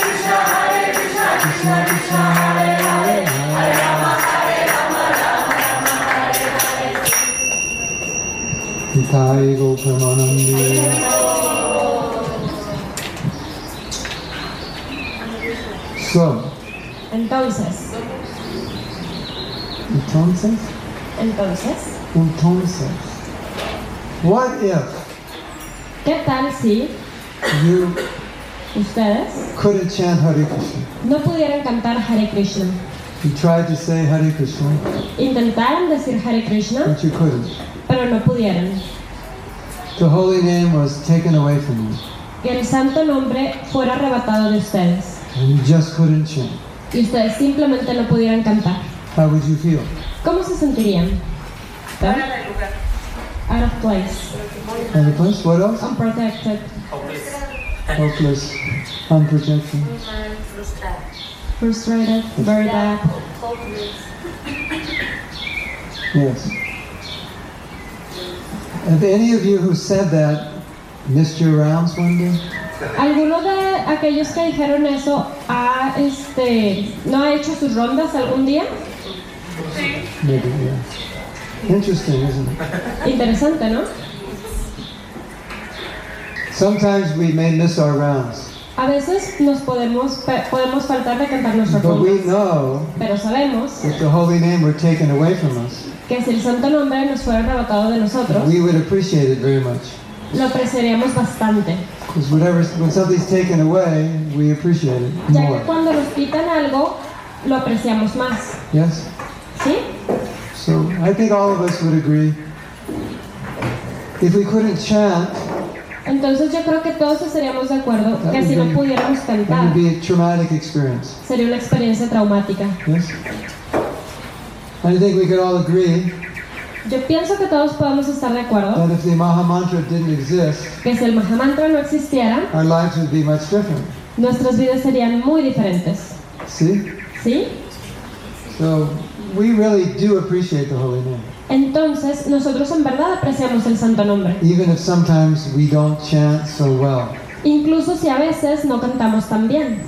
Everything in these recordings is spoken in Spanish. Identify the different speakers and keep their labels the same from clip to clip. Speaker 1: Krishna Krishna, Hare Hare, Hare Nitai Gopamanandi. So,
Speaker 2: Entonces,
Speaker 1: entonces,
Speaker 2: entonces,
Speaker 1: entonces, what if
Speaker 2: ¿qué tal si
Speaker 1: you
Speaker 2: ustedes
Speaker 1: couldn't chant Hare Krishna?
Speaker 2: no pudieran cantar Hare Krishna?
Speaker 1: You tried to say Hare Krishna,
Speaker 2: Intentaron decir Hare Krishna,
Speaker 1: but you couldn't.
Speaker 2: pero no pudieron.
Speaker 1: The holy name was taken away from you,
Speaker 2: Que el santo nombre fuera arrebatado de ustedes
Speaker 1: and you just couldn't chant.
Speaker 2: y ustedes simplemente no pudieran cantar.
Speaker 1: How would you feel?
Speaker 2: ¿Cómo se sentirían?
Speaker 3: Fuera
Speaker 2: ¿Está?
Speaker 3: de lugar.
Speaker 2: Out of place,
Speaker 1: And plus, what else?
Speaker 2: unprotected,
Speaker 1: Hopeless, unprotected.
Speaker 3: Muy mal, frustrada.
Speaker 2: frustrated, buried up.
Speaker 3: Hopeless.
Speaker 1: Yes. Have any of you who said that missed your rounds one day?
Speaker 2: ¿Alguno de aquellos que dijeron eso ha, este, no ha hecho sus rondas algún día?
Speaker 1: Maybe, yeah. Interesting, isn't it?
Speaker 2: Interesante, ¿no?
Speaker 1: Sometimes we may miss our rounds,
Speaker 2: A veces nos podemos, pe- podemos faltar de cantar nuestro
Speaker 1: but
Speaker 2: ronda,
Speaker 1: we know
Speaker 2: pero sabemos
Speaker 1: if the holy name were taken away from us,
Speaker 2: que si el santo nombre nos fuera arrebatado de nosotros,
Speaker 1: we would appreciate it very much.
Speaker 2: lo apreciaríamos bastante.
Speaker 1: Because whatever, when something's taken away, we appreciate it
Speaker 2: Ya que
Speaker 1: more.
Speaker 2: cuando nos quitan algo, lo apreciamos más,
Speaker 1: Yes?
Speaker 2: ¿sí?
Speaker 1: So I think all of us would agree. If we couldn't chant,
Speaker 2: Entonces yo creo que todos estaríamos de acuerdo que si no pudiéramos
Speaker 1: it
Speaker 2: cantar,
Speaker 1: would be a traumatic experience.
Speaker 2: sería una experiencia traumática.
Speaker 1: Yes? I think we could all agree
Speaker 2: Yo pienso que todos podemos estar de acuerdo
Speaker 1: that if the Maha Mantra didn't exist,
Speaker 2: que si el Mahamantra no existiera,
Speaker 1: our lives would be much different.
Speaker 2: nuestras vidas serían muy diferentes,
Speaker 1: See?
Speaker 2: ¿sí?
Speaker 1: So we really do appreciate the Holy Name,
Speaker 2: Entonces nosotros en verdad apreciamos el santo nombre.
Speaker 1: even if sometimes we don't chant so well.
Speaker 2: incluso si a veces no cantamos tan bien.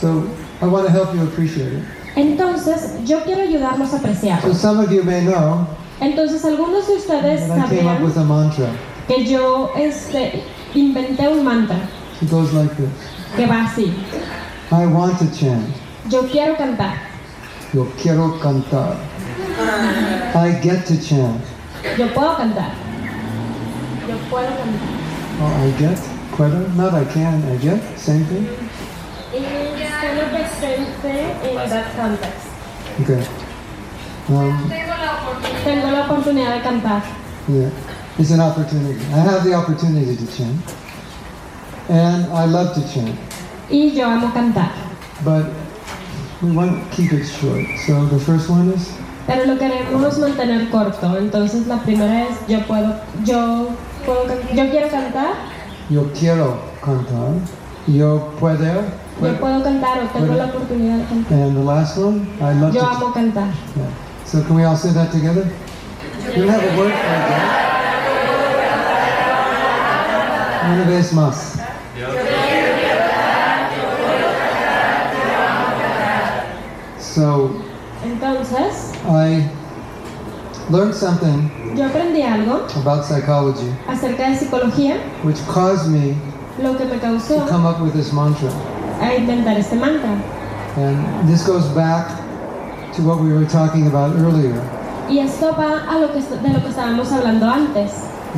Speaker 1: So I want to help you appreciate it.
Speaker 2: Entonces, yo quiero ayudarlos a apreciar.
Speaker 1: So some of you may know
Speaker 2: Entonces, algunos de ustedes
Speaker 1: that I came up
Speaker 2: sabían
Speaker 1: with a mantra.
Speaker 2: que yo este, inventé un mantra
Speaker 1: It goes like this.
Speaker 2: que va así.
Speaker 1: I want to chant.
Speaker 2: Yo quiero cantar,
Speaker 1: Yo quiero cantar. I get to chant.
Speaker 2: yo puedo cantar. Yo puedo cantar.
Speaker 1: Oh, I get? Puedo? Not I can, I get? Same thing?
Speaker 2: Solo presente en that context.
Speaker 1: Okay. Um,
Speaker 3: Tengo la oportunidad.
Speaker 2: Tengo la oportunidad de cantar.
Speaker 1: yeah, it's an opportunity. I have the opportunity to chant, and I love to chant,
Speaker 2: Y yo amo cantar.
Speaker 1: but we want to keep it short. So the first one is
Speaker 2: pero lo queremos mantener corto. Entonces la primera es yo puedo, yo puedo, can- yo quiero cantar,
Speaker 1: Yo quiero cantar. Yo puedo.
Speaker 2: yo puedo cantar o tengo la oportunidad de cantar.
Speaker 1: And the last one, I love
Speaker 2: Yo
Speaker 1: to.
Speaker 2: amo cantar.
Speaker 1: Yeah. So can we all say that together? You have a word for that. Una vez más. So
Speaker 2: Entonces
Speaker 1: I learned something
Speaker 2: yo aprendí algo
Speaker 1: about psychology,
Speaker 2: acerca de psicología,
Speaker 1: which caused me
Speaker 2: lo que me
Speaker 1: to
Speaker 2: causó
Speaker 1: come up with this mantra.
Speaker 2: a inventar este mantra.
Speaker 1: And this goes back to what we were talking about earlier,
Speaker 2: Y esto va a lo que, de lo que estábamos hablando antes,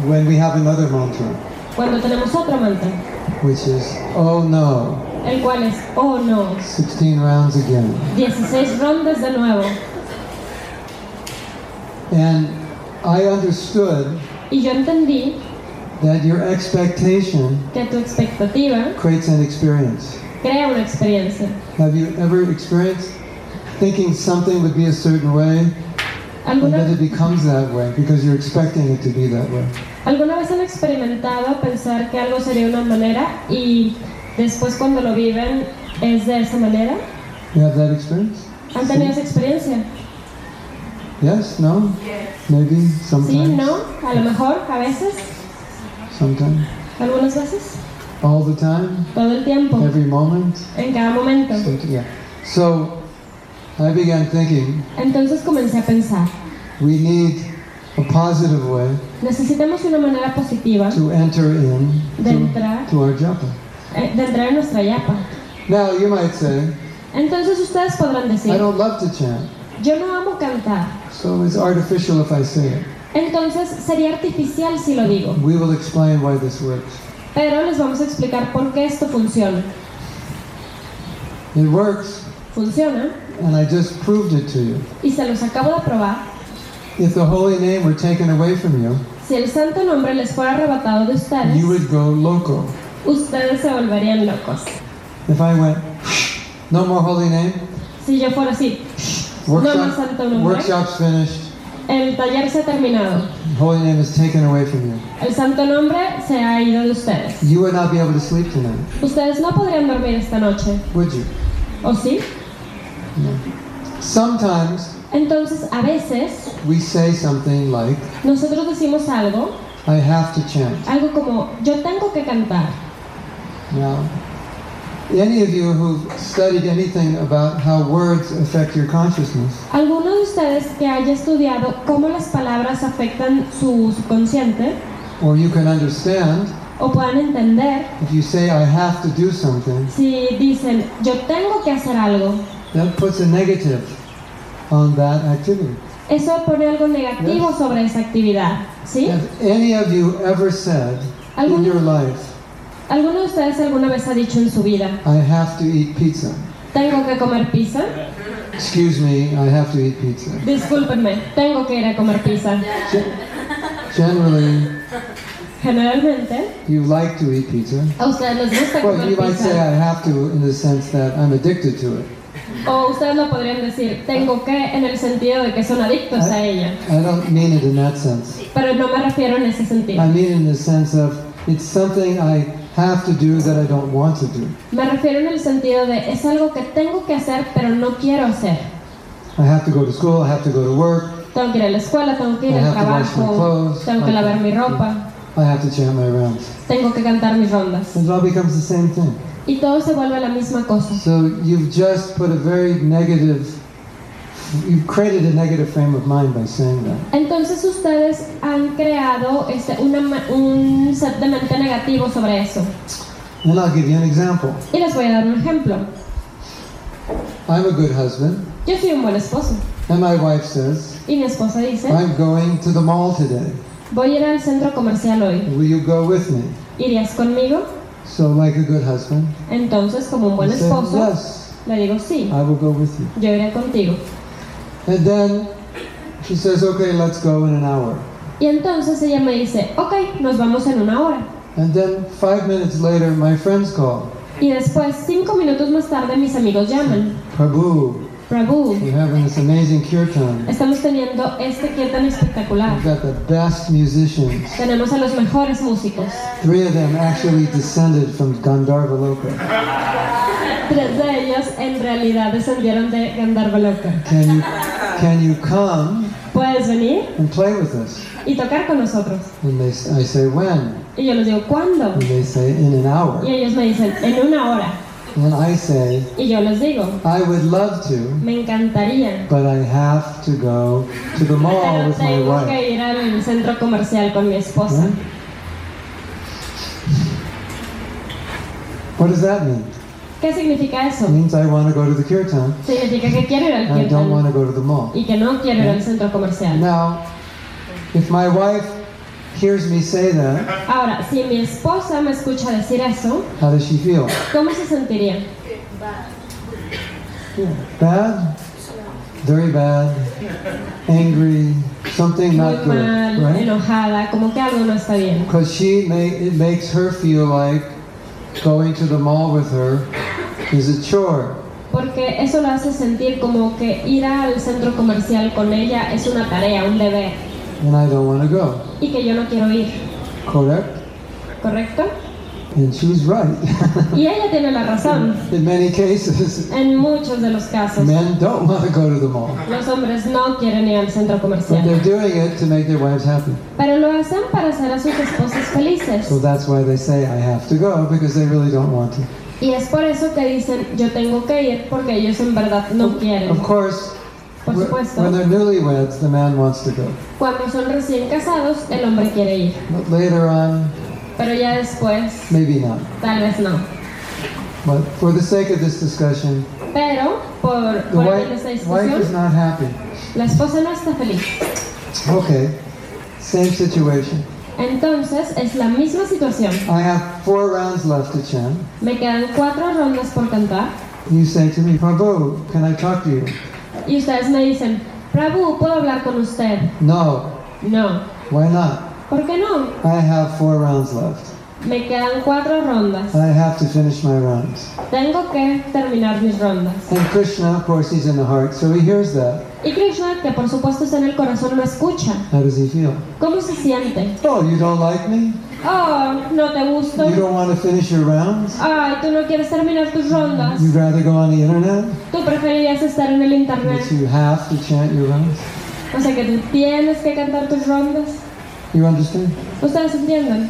Speaker 1: when we have another mantra,
Speaker 2: cuando tenemos otro mantra,
Speaker 1: which is, oh no,
Speaker 2: el cual es, oh no,
Speaker 1: 16 rounds again.
Speaker 2: 16 rondas de nuevo.
Speaker 1: And I understood
Speaker 2: Y yo entendí
Speaker 1: that your expectation
Speaker 2: que tu expectativa
Speaker 1: creates an experience.
Speaker 2: crea una experiencia.
Speaker 1: Have you ever experienced thinking something would be a certain way and
Speaker 2: ¿Alguna,
Speaker 1: then it becomes that way because you're expecting it to be that way?
Speaker 2: ¿Alguna vez han experimentado pensar que algo sería una manera y después cuando lo viven es de esa manera?
Speaker 1: You have that experience?
Speaker 2: ¿Han tenido esa experiencia?
Speaker 1: Yes? No? Maybe?
Speaker 2: Sí,
Speaker 1: Sometimes?
Speaker 2: no, a lo mejor, a veces,
Speaker 1: Sometimes?
Speaker 2: algunas veces,
Speaker 1: All the time?
Speaker 2: todo el tiempo,
Speaker 1: Every moment?
Speaker 2: en cada momento.
Speaker 1: Somet- Yeah. So I began thinking
Speaker 2: Entonces comencé a pensar,
Speaker 1: we need a positive way
Speaker 2: necesitamos una manera positiva
Speaker 1: to enter in
Speaker 2: de
Speaker 1: to,
Speaker 2: entrar,
Speaker 1: to our japa.
Speaker 2: eh, de entrar en nuestra yapa.
Speaker 1: Now you might say,
Speaker 2: Entonces ustedes podrán
Speaker 1: I
Speaker 2: decir,
Speaker 1: don't love to chant,
Speaker 2: yo no amo cantar,
Speaker 1: so it's artificial if I say it.
Speaker 2: entonces sería artificial si lo digo.
Speaker 1: We will explain why this works.
Speaker 2: Pero les vamos a explicar por qué esto funciona.
Speaker 1: It works,
Speaker 2: Funciona
Speaker 1: and I just proved it to you.
Speaker 2: y se los acabo de probar.
Speaker 1: If the holy name were taken away from you,
Speaker 2: Si el santo nombre les fuera arrebatado de ustedes,
Speaker 1: you would go loco.
Speaker 2: ustedes se volverían locos.
Speaker 1: If I went, no more holy name,
Speaker 2: Si yo fuera así,
Speaker 1: workshop,
Speaker 2: No, no, Santo nombre.
Speaker 1: workshop's finished,
Speaker 2: el taller se ha terminado,
Speaker 1: holy name is taken away from you.
Speaker 2: el santo nombre se ha ido de ustedes.
Speaker 1: You would not be able to sleep tonight,
Speaker 2: Ustedes no podrían dormir esta noche,
Speaker 1: would you?
Speaker 2: ¿o sí?
Speaker 1: Sometimes
Speaker 2: Entonces, a veces,
Speaker 1: we say something like,
Speaker 2: nosotros decimos algo,
Speaker 1: I have to chant.
Speaker 2: algo como, yo tengo que cantar.
Speaker 1: Now, any of you who've studied anything about how words affect your consciousness
Speaker 2: Alguno de ustedes que haya estudiado cómo las palabras afectan su subconsciente,
Speaker 1: or you can understand
Speaker 2: o puedan entender
Speaker 1: if you say I have to do something,
Speaker 2: si dicen yo tengo que hacer algo,
Speaker 1: that puts a negative on that activity.
Speaker 2: eso pone algo negativo
Speaker 1: Yes.
Speaker 2: sobre esa actividad, ¿sí?
Speaker 1: Have any of you ever said in your life,
Speaker 2: ¿Alguno de ustedes alguna vez ha dicho en su vida,
Speaker 1: I have to eat pizza?
Speaker 2: tengo que comer pizza?
Speaker 1: Excuse me, I have to eat pizza.
Speaker 2: Discúlpenme, tengo que ir a comer pizza.
Speaker 1: Gen- Generally,
Speaker 2: Generalmente,
Speaker 1: you like to eat pizza.
Speaker 2: a ustedes les gusta
Speaker 1: Well, you
Speaker 2: comer
Speaker 1: might say
Speaker 2: pizza.
Speaker 1: I have to in the sense that I'm addicted to it.
Speaker 2: O ustedes lo podrían decir, tengo que en el sentido de que son adictos a ella.
Speaker 1: I don't mean it in that sense.
Speaker 2: Pero no me refiero en ese sentido.
Speaker 1: I mean in the sense of it's something I have to do that I don't want to do.
Speaker 2: Me refiero en el sentido de es algo que tengo que hacer pero no quiero hacer.
Speaker 1: I have to go to school, I have to go to work,
Speaker 2: Tengo que ir a la escuela, tengo que ir
Speaker 1: I
Speaker 2: al
Speaker 1: have to wash my
Speaker 2: trabajo,
Speaker 1: clothes,
Speaker 2: tengo que lavar mi ropa,
Speaker 1: I have to chant my rounds.
Speaker 2: tengo que cantar mis rondas.
Speaker 1: It all becomes the same thing.
Speaker 2: Y todo se vuelve la misma cosa.
Speaker 1: So you've just put a very negative, you've created a negative frame of mind by saying that.
Speaker 2: Entonces ustedes han creado este, una ma- un set de mente negativo sobre eso.
Speaker 1: And I'll give you an example.
Speaker 2: Y les voy a dar un ejemplo.
Speaker 1: I'm a good husband,
Speaker 2: Yo soy un buen esposo
Speaker 1: and my wife says,
Speaker 2: y mi esposa dice,
Speaker 1: I'm going to the mall today.
Speaker 2: voy a ir al centro comercial hoy,
Speaker 1: Will you go with me?
Speaker 2: ¿irías conmigo?
Speaker 1: So, like a good husband,
Speaker 2: Entonces, como un
Speaker 1: I
Speaker 2: buen
Speaker 1: said,
Speaker 2: esposo,
Speaker 1: yes,
Speaker 2: le digo, sí,
Speaker 1: I will go with you.
Speaker 2: yo iré contigo.
Speaker 1: And then she says, okay, let's go in an hour.
Speaker 2: Y entonces ella me dice, ok, nos vamos en una hora.
Speaker 1: And then five minutes later, my friends call.
Speaker 2: Y después, cinco minutos más tarde, mis amigos llaman.
Speaker 1: Prabhu,
Speaker 2: Prabhu,
Speaker 1: We're having this amazing kirtan.
Speaker 2: estamos teniendo este kirtan espectacular.
Speaker 1: We've got the best musicians.
Speaker 2: Tenemos a los mejores músicos.
Speaker 1: Three of them actually descended from Gandharva Loka.
Speaker 2: Tres de ellos en realidad descendieron de Gandharva Loka.
Speaker 1: Can you, can you come
Speaker 2: Puedes venir
Speaker 1: and play with us?
Speaker 2: y tocar con nosotros.
Speaker 1: And they, s- I say, when?
Speaker 2: Y yo les digo, ¿cuándo?
Speaker 1: And they say, in an
Speaker 2: Y
Speaker 1: hour.
Speaker 2: ellos me dicen, en una hora.
Speaker 1: And I say,
Speaker 2: Y yo les digo,
Speaker 1: I would love to,
Speaker 2: me encantaría.
Speaker 1: but I have to go to the mall
Speaker 2: Pero
Speaker 1: with my
Speaker 2: tengo
Speaker 1: wife.
Speaker 2: que ir al centro comercial con mi esposa.
Speaker 1: Right? What does that mean?
Speaker 2: ¿Qué significa eso?
Speaker 1: It means I want to go to the kirtan
Speaker 2: Significa que quiero ir al
Speaker 1: and I don't want
Speaker 2: kirtan
Speaker 1: to go to the mall.
Speaker 2: y que no quiero ir al centro comercial.
Speaker 1: Now, if my wife hears me say that,
Speaker 2: Ahora, si mi esposa me escucha decir eso,
Speaker 1: how does she feel?
Speaker 2: ¿cómo se sentiría?
Speaker 1: Bad? Very bad? Angry?
Speaker 2: Muy
Speaker 1: Something not good,
Speaker 2: mal,
Speaker 1: right?
Speaker 2: enojada, como que algo no está bien.
Speaker 1: Because she may, it makes her feel like going to the mall with her is a chore.
Speaker 2: Porque eso la hace sentir como que ir al centro comercial con ella es una tarea, un deber,
Speaker 1: and I don't want to go.
Speaker 2: y que yo no quiero ir,
Speaker 1: Correct?
Speaker 2: ¿correcto?
Speaker 1: And she's right.
Speaker 2: Y ella tiene la razón.
Speaker 1: In many cases,
Speaker 2: En muchos de los casos,
Speaker 1: men don't want to go to the mall,
Speaker 2: los hombres no quieren ir al centro
Speaker 1: but
Speaker 2: comercial,
Speaker 1: they're doing it to make their wives happy.
Speaker 2: pero lo hacen para hacer a sus esposas felices.
Speaker 1: So that's why they say, I have to go, because they really don't want to.
Speaker 2: Y es por eso que dicen, yo tengo que ir porque ellos en verdad no quieren.
Speaker 1: Of course,
Speaker 2: Por
Speaker 1: wh- when
Speaker 2: supuesto,
Speaker 1: they're newlyweds, the man wants to go.
Speaker 2: cuando son recién casados, el hombre quiere ir.
Speaker 1: But later on,
Speaker 2: Pero ya después,
Speaker 1: maybe not.
Speaker 2: tal vez no.
Speaker 1: But for the sake of this discussion,
Speaker 2: Pero, por,
Speaker 1: the
Speaker 2: por el de esta
Speaker 1: wife, wife is
Speaker 2: discusión,
Speaker 1: not happy.
Speaker 2: la esposa no está feliz.
Speaker 1: Okay, same situation.
Speaker 2: Entonces, es la misma situación.
Speaker 1: I have four rounds left to chant.
Speaker 2: Me quedan cuatro rondas por cantar
Speaker 1: You say to me, Prabhu, can I talk to you?
Speaker 2: y ustedes me dicen, Prabhu, ¿puedo hablar con usted?
Speaker 1: No,
Speaker 2: No.
Speaker 1: Why not?
Speaker 2: ¿Por qué no?
Speaker 1: I have four rounds left.
Speaker 2: Me quedan cuatro rondas.
Speaker 1: I have to finish my rounds.
Speaker 2: Tengo que terminar mis rondas.
Speaker 1: And Krishna, of course, he's in the heart, so he hears that.
Speaker 2: Y Krishna, que por supuesto está en el corazón, lo escucha.
Speaker 1: How does he feel?
Speaker 2: ¿Cómo se siente?
Speaker 1: Oh, you don't like me?
Speaker 2: Oh, no te gusto.
Speaker 1: You don't want to finish your rounds?
Speaker 2: Ay, tú no quieres terminar tus rondas.
Speaker 1: You'd rather go on the internet?
Speaker 2: Tú preferirías estar en el
Speaker 1: But
Speaker 2: internet.
Speaker 1: you have to chant your rounds?
Speaker 2: O sea que tú tienes que cantar tus rondas.
Speaker 1: You understand?
Speaker 2: ¿Ustedes entienden?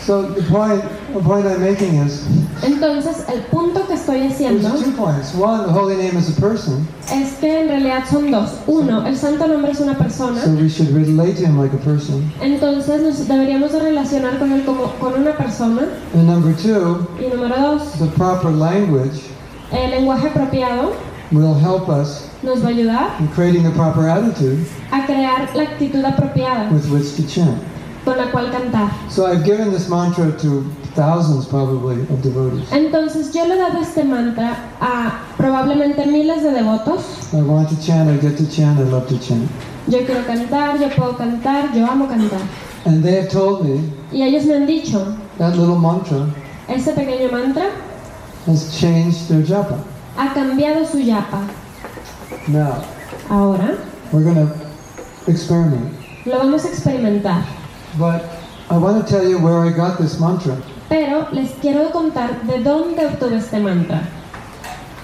Speaker 1: So the point, the point I'm making is,
Speaker 2: Entonces, el punto que estoy haciendo
Speaker 1: there's two points. One, the holy name is a person,
Speaker 2: es que en realidad son dos. Uno, el santo nombre es una persona.
Speaker 1: so we should relate to him like a person.
Speaker 2: Entonces, nos deberíamos de relacionar con él como con una persona.
Speaker 1: And number two,
Speaker 2: Y número dos,
Speaker 1: the proper language
Speaker 2: el lenguaje apropiado
Speaker 1: will help us
Speaker 2: nos va a ayudar
Speaker 1: in creating the proper attitude
Speaker 2: a crear la actitud apropiada
Speaker 1: with which to chant.
Speaker 2: con la cual cantar.
Speaker 1: So I've given this mantra to thousands probably of devotees.
Speaker 2: Entonces yo le he dado este mantra a probablemente miles de devotos.
Speaker 1: I want to chant, I get to chant, I love to chant.
Speaker 2: Yo quiero cantar, yo puedo cantar, yo amo cantar.
Speaker 1: And they have told me
Speaker 2: Y ellos me han dicho,
Speaker 1: that little mantra
Speaker 2: este pequeño mantra
Speaker 1: has changed their japa.
Speaker 2: ha cambiado su yapa.
Speaker 1: Now,
Speaker 2: Ahora
Speaker 1: we're going to experiment.
Speaker 2: lo vamos a experimentar.
Speaker 1: But I want to tell you where I got this mantra.
Speaker 2: Pero les quiero contar de dónde obtuve este mantra.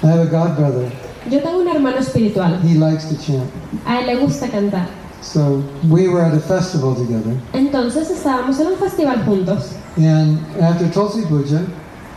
Speaker 1: I have a god brother.
Speaker 2: Yo tengo un hermano espiritual,
Speaker 1: He likes to chant.
Speaker 2: a él le gusta cantar.
Speaker 1: So we were at a festival together.
Speaker 2: Entonces estábamos en un festival juntos.
Speaker 1: And after Tulsi Puja,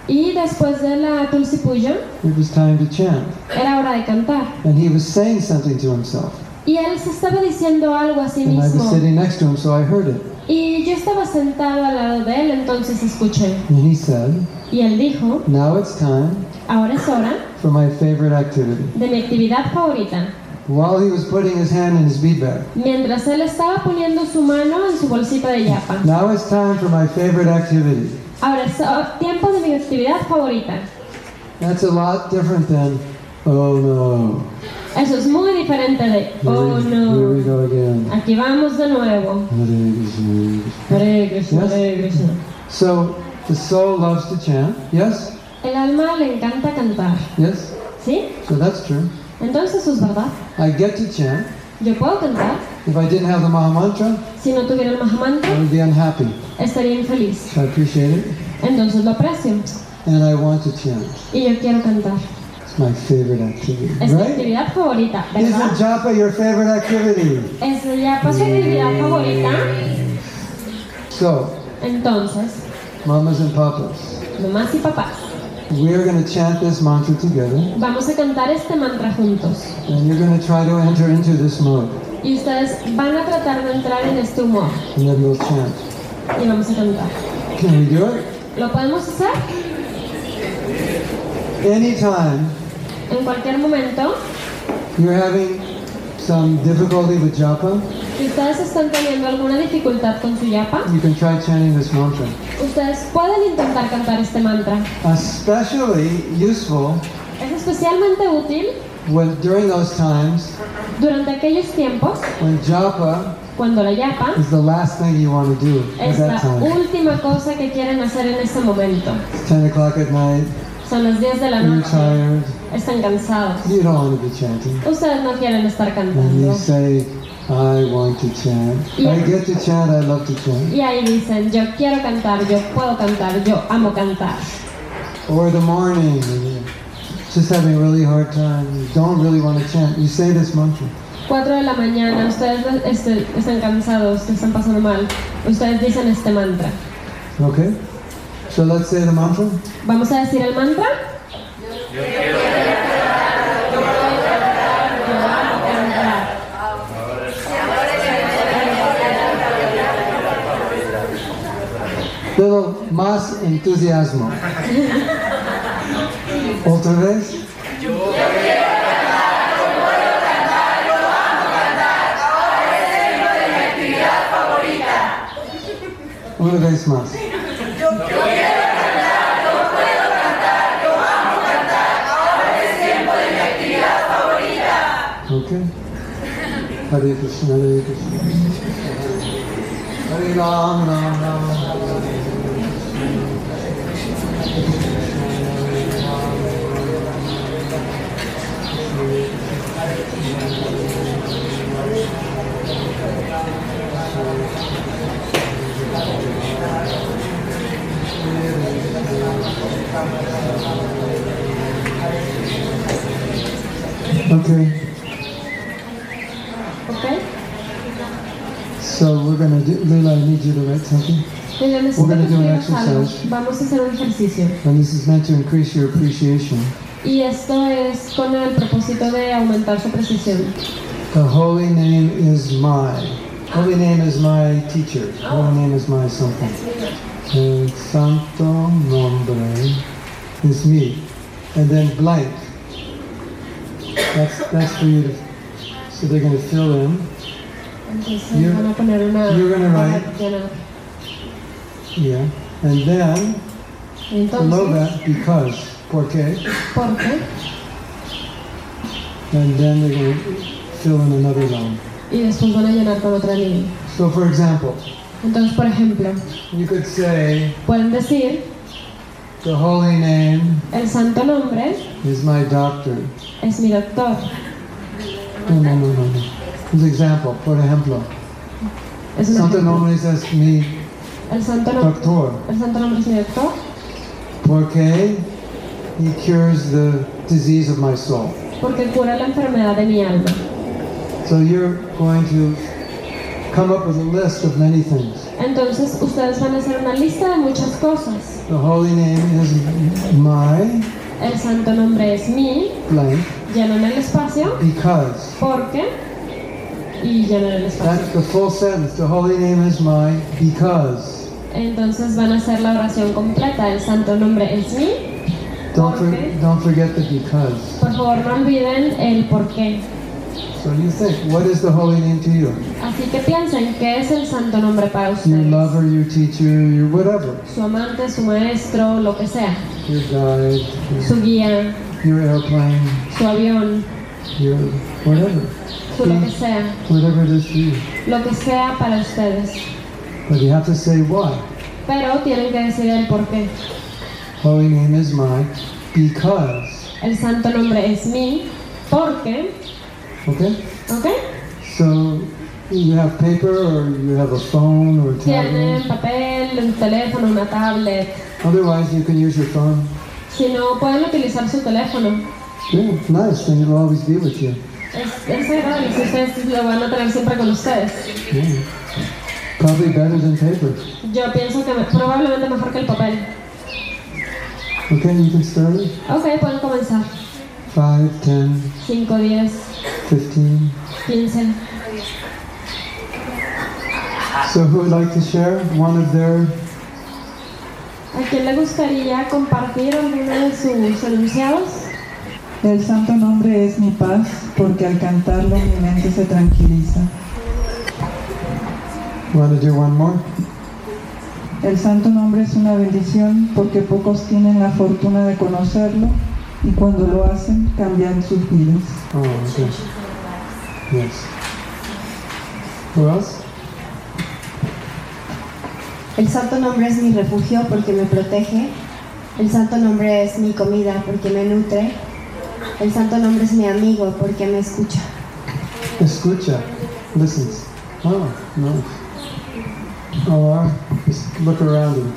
Speaker 2: Y después de la Tulsi Puja,
Speaker 1: it was time to chant.
Speaker 2: era hora de cantar.
Speaker 1: And he was saying something to himself.
Speaker 2: Y él se estaba diciendo algo a sí
Speaker 1: And I was
Speaker 2: mismo.
Speaker 1: sitting next to him, so I heard it.
Speaker 2: Y yo estaba sentado al lado de él, entonces escuché.
Speaker 1: And he said,
Speaker 2: Y él dijo,
Speaker 1: Now it's time
Speaker 2: ahora es hora
Speaker 1: for my favorite activity.
Speaker 2: de mi actividad favorita.
Speaker 1: While he was putting his hand in his bead bag,
Speaker 2: Mientras él estaba poniendo su mano en su bolsita de yapa.
Speaker 1: now it's time for my favorite activity.
Speaker 2: Ahora es oh, tiempo de mi actividad favorita.
Speaker 1: That's a lot different than, oh no,
Speaker 2: Eso es muy diferente de,
Speaker 1: here,
Speaker 2: oh
Speaker 1: here
Speaker 2: no,
Speaker 1: we go again.
Speaker 2: aquí vamos de nuevo.
Speaker 1: Hare Krishna.
Speaker 2: Hare Krishna, Hare Krishna.
Speaker 1: So the soul loves to chant. Yes?
Speaker 2: El alma le encanta cantar,
Speaker 1: Yes?
Speaker 2: ¿sí?
Speaker 1: So that's true.
Speaker 2: Entonces eso es verdad.
Speaker 1: I get to chant.
Speaker 2: Yo puedo cantar.
Speaker 1: If I didn't have the Mahamantra,
Speaker 2: Si no tuviera el
Speaker 1: I
Speaker 2: Mahamantra,
Speaker 1: would be unhappy.
Speaker 2: estaría infeliz.
Speaker 1: So I appreciate it.
Speaker 2: Entonces lo aprecio.
Speaker 1: And I want to chant.
Speaker 2: Y yo quiero cantar.
Speaker 1: It's my favorite activity.
Speaker 2: Es mi
Speaker 1: Right?
Speaker 2: actividad favorita,
Speaker 1: Isn't
Speaker 2: ¿verdad?
Speaker 1: japa your favorite activity?
Speaker 2: Es ya pasó mi actividad favorita.
Speaker 1: So,
Speaker 2: Entonces,
Speaker 1: mamas and papas,
Speaker 2: mamás y papás,
Speaker 1: we're going to chant this mantra together.
Speaker 2: vamos a cantar este mantra juntos.
Speaker 1: And you're going to try to enter into this mode.
Speaker 2: Y ustedes van a tratar de entrar en este humor.
Speaker 1: And then we'll chant.
Speaker 2: Y vamos a cantar.
Speaker 1: Can we do it?
Speaker 2: ¿Lo podemos hacer?
Speaker 1: Anytime
Speaker 2: En cualquier momento.
Speaker 1: you're having some difficulty with japa,
Speaker 2: Si ustedes están teniendo alguna dificultad con su yapa,
Speaker 1: you can try chanting this mantra.
Speaker 2: ustedes pueden intentar cantar este mantra.
Speaker 1: Especially useful
Speaker 2: Es especialmente útil
Speaker 1: when during those times
Speaker 2: durante aquellos tiempos
Speaker 1: when japa
Speaker 2: cuando la yapa
Speaker 1: is the last thing you want to do at
Speaker 2: es
Speaker 1: that
Speaker 2: la
Speaker 1: time.
Speaker 2: última cosa que quieren hacer en este momento.
Speaker 1: It's 10 o'clock at night,
Speaker 2: Son las 10 de la
Speaker 1: you're
Speaker 2: noche,
Speaker 1: tired,
Speaker 2: están cansados.
Speaker 1: you don't want to be chanting.
Speaker 2: Ustedes no quieren estar
Speaker 1: And you
Speaker 2: cantando.
Speaker 1: say, I want to chant. I get to chant, I love to chant.
Speaker 2: Y ahí dicen, yo quiero cantar, yo puedo cantar, yo amo cantar.
Speaker 1: Or the morning, and you're just having a really hard time, you don't really want to chant. You say this mantra.
Speaker 2: 4 de la mañana, ustedes este, están cansados, están pasando mal. Ustedes dicen este mantra.
Speaker 1: Okay? So let's say the mantra.
Speaker 2: Vamos a decir el mantra.
Speaker 1: Little más entusiasmo. Otra vez. Una vez más. Okay. Hare Krishna, Hare Krishna. Hare Ram, Ram, Ram. Ram. Okay.
Speaker 2: ¿Ok?
Speaker 1: So we're gonna do, Leila, I need you to write something.
Speaker 2: Yo necesito
Speaker 1: We're
Speaker 2: que
Speaker 1: gonna do an
Speaker 2: escribas algo.
Speaker 1: exercise.
Speaker 2: Vamos a hacer un ejercicio.
Speaker 1: And this is meant to increase your appreciation.
Speaker 2: Y esto es con el propósito de aumentar su precisión.
Speaker 1: The holy name is my. Holy name is my teacher. Holy name is my something. El santo nombre is me. And then blank. That's, that's for you to, so they're gonna fill in.
Speaker 2: Entonces
Speaker 1: You're-
Speaker 2: van a poner una
Speaker 1: you're gonna
Speaker 2: barra
Speaker 1: write.
Speaker 2: llena.
Speaker 1: Yeah. And then below
Speaker 2: Entonces,
Speaker 1: that, because, porque.
Speaker 2: ¿por qué?
Speaker 1: And then they're going to fill in another line.
Speaker 2: Y después van a llenar con otra línea.
Speaker 1: So for example,
Speaker 2: Entonces, por ejemplo,
Speaker 1: you could say,
Speaker 2: pueden decir,
Speaker 1: the holy name
Speaker 2: el santo nombre
Speaker 1: is my doctor.
Speaker 2: es mi doctor.
Speaker 1: No, no, no, no, no. As example, por ejemplo,
Speaker 2: Es un
Speaker 1: santo
Speaker 2: ejemplo.
Speaker 1: nombre es mi
Speaker 2: El santo nombre.
Speaker 1: doctor.
Speaker 2: El santo nombre es mi doctor
Speaker 1: Porque he cures the disease of my soul.
Speaker 2: porque cura la enfermedad de mi alma.
Speaker 1: So you're going to come up with a list of many things.
Speaker 2: Entonces ustedes van a hacer una lista de muchas cosas.
Speaker 1: The holy name is my
Speaker 2: El santo nombre es mi,
Speaker 1: blank
Speaker 2: llenan el espacio,
Speaker 1: because.
Speaker 2: porque, y llenan el espacio.
Speaker 1: That's the full sentence. The holy name is my because.
Speaker 2: Entonces van a hacer la oración completa. El santo nombre es mi.
Speaker 1: Don't, for,
Speaker 2: Okay.
Speaker 1: don't forget the because.
Speaker 2: Por favor, no olviden el por qué.
Speaker 1: So you think, what is the holy name to you?
Speaker 2: Así que piensen, ¿qué es el santo nombre para
Speaker 1: Your
Speaker 2: ustedes?
Speaker 1: lover, your teacher, your whatever.
Speaker 2: Su amante, su maestro, lo que sea.
Speaker 1: Your guide,
Speaker 2: Su guía,
Speaker 1: your airplane,
Speaker 2: su avión,
Speaker 1: your whatever.
Speaker 2: su lo que sea.
Speaker 1: Whatever it is for you.
Speaker 2: Lo que sea para ustedes.
Speaker 1: But you have to say why.
Speaker 2: Pero tienen que decir el por qué.
Speaker 1: Holy name is mine because
Speaker 2: El santo nombre es mi, porque,
Speaker 1: Okay?
Speaker 2: ¿ok?
Speaker 1: So you have paper or you have a phone or a tablet.
Speaker 2: Tienen papel, un teléfono, una tablet.
Speaker 1: Otherwise, you can use your phone.
Speaker 2: Si no, pueden utilizar su teléfono.
Speaker 1: Yeah, it's nice, and it'll always be with you.
Speaker 2: Es, es agradable, si ustedes lo van a tener siempre con ustedes.
Speaker 1: Yeah. Probably better than paper.
Speaker 2: Yo pienso que me- probablemente mejor que el papel.
Speaker 1: Okay, you can start it.
Speaker 2: Ok, pueden comenzar.
Speaker 1: 5, 10,
Speaker 2: 5, 10,
Speaker 1: 15.
Speaker 2: 15.
Speaker 1: So who would like to share one of their
Speaker 2: ¿A quién le gustaría compartir alguno de sus enunciados?
Speaker 4: El santo nombre es mi paz, porque al cantarlo mi mente se tranquiliza.
Speaker 1: want to do one more?
Speaker 4: El santo nombre es una bendición, porque pocos tienen la fortuna de conocerlo y cuando lo hacen cambian sus vidas.
Speaker 1: Oh, okay. Yes. Who else?
Speaker 5: El santo nombre es mi refugio porque me protege. El santo nombre es mi comida porque me nutre. El santo nombre es mi amigo porque me escucha.
Speaker 1: Escucha. Listens. Oh, no. Oh, uh, just look around him.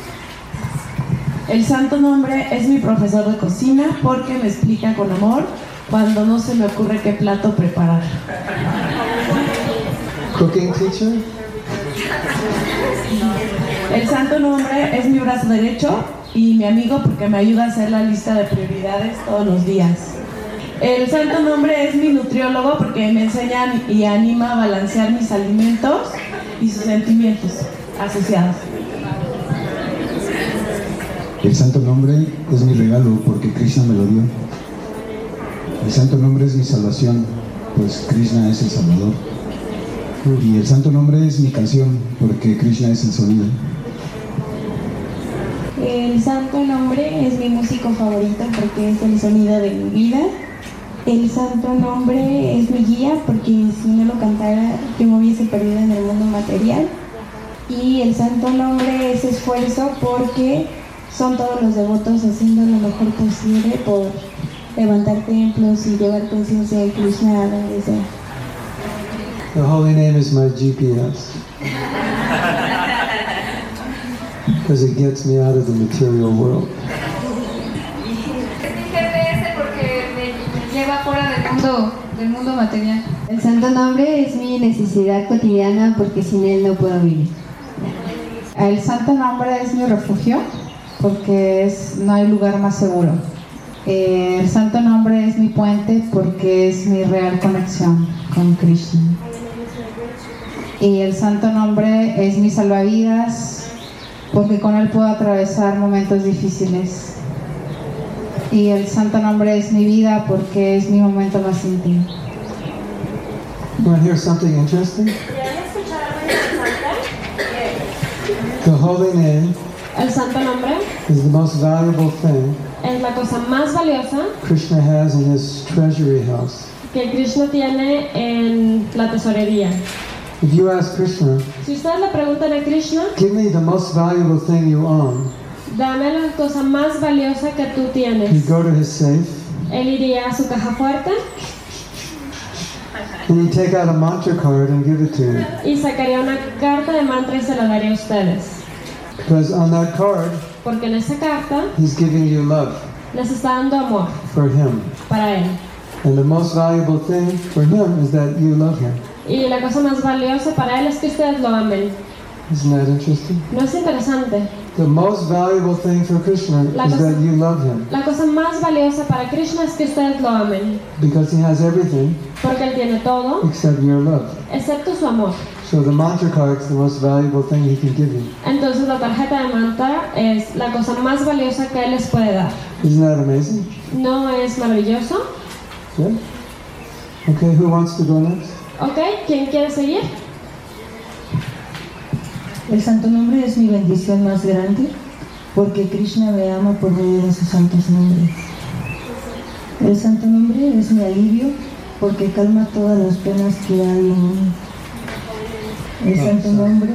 Speaker 6: El santo nombre es mi profesor de cocina porque me explica con amor cuando no se me ocurre qué plato preparar.
Speaker 1: Cooking teacher?
Speaker 6: El santo nombre es mi brazo derecho y mi amigo porque me ayuda a hacer la lista de prioridades todos los días. El santo nombre es mi nutriólogo porque me enseña y anima a balancear mis alimentos y sus sentimientos asociados.
Speaker 7: El santo nombre es mi regalo porque Krishna me lo dio. El santo nombre es mi salvación, pues Krishna es el salvador. Y el santo nombre es mi canción porque Krishna es el sonido.
Speaker 5: El santo nombre es mi músico favorito porque es el sonido de mi vida. El santo nombre es mi guía porque si no lo cantara yo me hubiese perdido en el mundo material. Y el santo nombre es esfuerzo porque son todos los devotos haciendo lo mejor posible por levantar templos y llevar conciencia de Krishna a donde sea.
Speaker 1: The holy name is my GPS. Because it gets me out of the material world.
Speaker 8: Este
Speaker 9: Es mi GPS porque me, me lleva fuera del mundo, del mundo material.
Speaker 5: El santo nombre es mi necesidad cotidiana porque sin él no puedo vivir.
Speaker 10: El santo nombre es mi refugio porque es, no hay lugar más seguro. Eh, El santo nombre es mi puente porque es mi real conexión con Krishna. Y el santo nombre es mi salvavidas porque con él puedo atravesar momentos difíciles. Y el santo nombre es mi vida porque es mi momento más íntimo.
Speaker 1: You want to hear something interesting? The holy name
Speaker 2: El santo nombre
Speaker 1: is the most valuable thing
Speaker 2: es la cosa más valiosa
Speaker 1: Krishna has in his treasury house.
Speaker 2: que Krishna tiene en la tesorería.
Speaker 1: If you ask Krishna,
Speaker 2: Si ustedes le preguntan a Krishna,
Speaker 1: give me the most valuable thing you own,
Speaker 2: dame la cosa más valiosa que tú
Speaker 1: you
Speaker 2: tienes.
Speaker 1: go to his safe
Speaker 2: Él iría a su caja fuerte
Speaker 1: and you take out a mantra card and give it to him.
Speaker 2: y sacaría una carta de mantra y se la daría a ustedes.
Speaker 1: Because on that card,
Speaker 2: Porque en esa carta
Speaker 1: he's giving you love
Speaker 2: les está dando amor
Speaker 1: for him.
Speaker 2: para él.
Speaker 1: And the most valuable thing for him is that you love him.
Speaker 2: Y la cosa más valiosa para él es que ustedes lo amen.
Speaker 1: Isn't that interesting?
Speaker 2: ¿No es interesante?
Speaker 1: The most valuable thing for Krishna
Speaker 2: La
Speaker 1: is
Speaker 2: cosa-
Speaker 1: that you love him
Speaker 2: La cosa más valiosa para Krishna es que ustedes lo amen.
Speaker 1: because he has everything
Speaker 2: Porque él tiene todo,
Speaker 1: except your love.
Speaker 2: excepto su amor.
Speaker 1: So the mantra card's the most valuable thing he can give you.
Speaker 2: Entonces la tarjeta de mantra es la cosa más valiosa que él les puede dar.
Speaker 1: Isn't that amazing?
Speaker 2: ¿No es maravilloso?
Speaker 1: Yeah? Okay, who wants to go next?
Speaker 2: ¿Ok? ¿Quién quiere seguir?
Speaker 4: El santo nombre es mi bendición más grande, porque Krishna me ama por medio de sus santos nombres. El santo nombre es mi alivio, porque calma todas las penas que hay en mí. El santo nombre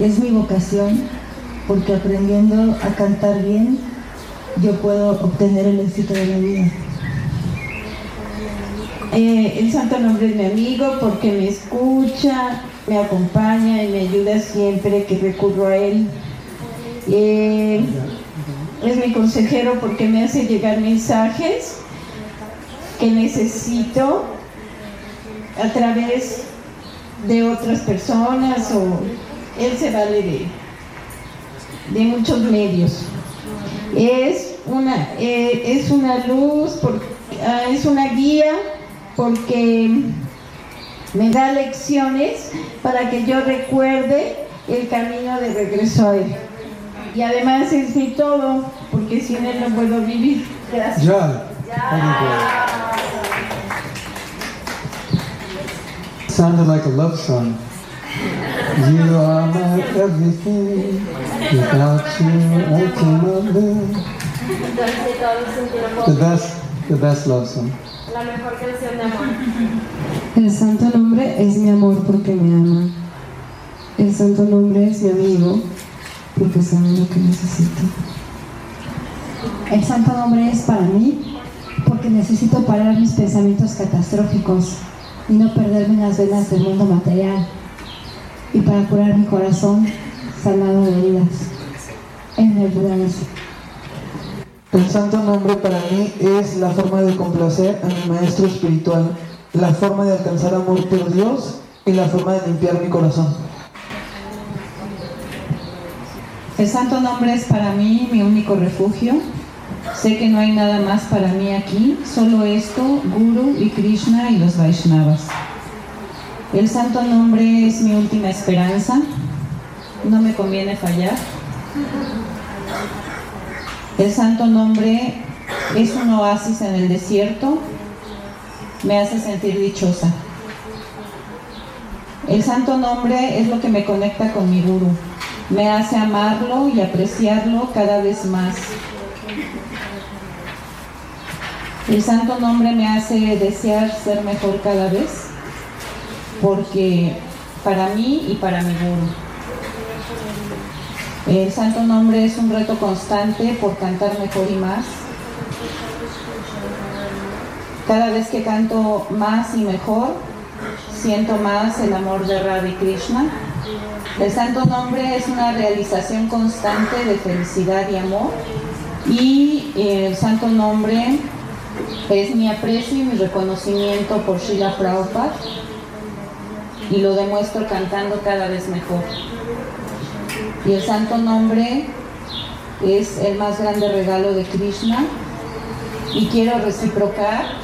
Speaker 4: es mi vocación, porque aprendiendo a cantar bien, yo puedo obtener el éxito de la vida.
Speaker 5: Eh, el santo nombre es mi amigo porque me escucha, me acompaña y me ayuda siempre que recurro a él. Eh, es mi consejero porque me hace llegar mensajes que necesito a través de otras personas o él se vale de, de muchos medios. Es una, eh, es una luz, por- ah, es una guía porque me da lecciones para que yo recuerde el camino de regreso a él. Y además es mi todo, porque sin él no puedo vivir. Gracias.
Speaker 1: Ya. Sounded like a love song. You are my everything. Without you, I cannot live.
Speaker 3: Entonces todos sentiremos
Speaker 1: The best, the best love song.
Speaker 3: la mejor canción de amor.
Speaker 4: El santo nombre es mi amor porque me ama. El santo nombre es mi amigo porque sabe lo que necesito.
Speaker 10: El santo nombre es para mí porque necesito parar mis pensamientos catastróficos y no perderme en las venas del mundo material y para curar mi corazón sanado de heridas en el Buda.
Speaker 11: El santo nombre para mí es la forma de complacer a mi maestro espiritual, la forma de alcanzar amor por Dios y la forma de limpiar mi corazón.
Speaker 10: El santo nombre es para mí mi único refugio. Sé que no hay nada más para mí aquí, solo esto, Guru y Krishna y los Vaishnavas. El santo nombre es mi última esperanza. No me conviene fallar. El santo nombre es un oasis en el desierto. Me hace sentir dichosa. El santo nombre es lo que me conecta con mi guru. Me hace amarlo y apreciarlo cada vez más. El santo nombre me hace desear ser mejor cada vez, porque para mí y para mi guru. El santo nombre es un reto constante por cantar mejor y más. Cada vez que canto más y mejor, siento más el amor de Radha Krishna. El santo nombre es una realización constante de felicidad y amor. Y eh, el santo nombre es mi aprecio y mi reconocimiento por Srila Prabhupada. Y lo demuestro cantando cada vez mejor. Y el santo nombre es el más grande regalo de Krishna. Y quiero reciprocar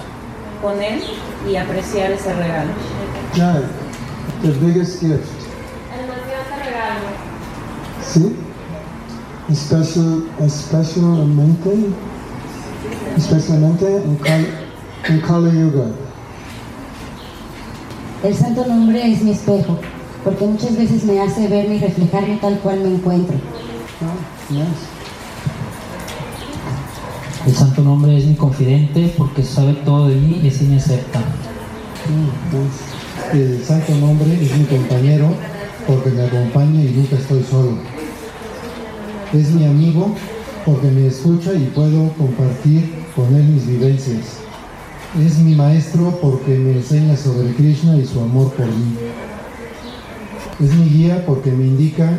Speaker 10: con él y apreciar ese regalo.
Speaker 1: Jai. The biggest gift.
Speaker 3: El más grande regalo.
Speaker 1: See? Especial, especialmente, especialmente in Kali, in Kali Yuga.
Speaker 8: El santo nombre es mi espejo, porque muchas veces me hace verme y reflejarme tal cual me encuentro.
Speaker 1: Yes.
Speaker 12: El santo nombre es mi confidente porque sabe todo de mí y así me acepta.
Speaker 7: El santo nombre es mi compañero porque me acompaña y nunca estoy solo. Es mi amigo porque me escucha y puedo compartir con él mis vivencias. Es mi maestro porque me enseña sobre Krishna y su amor por mí. Es mi guía porque me indica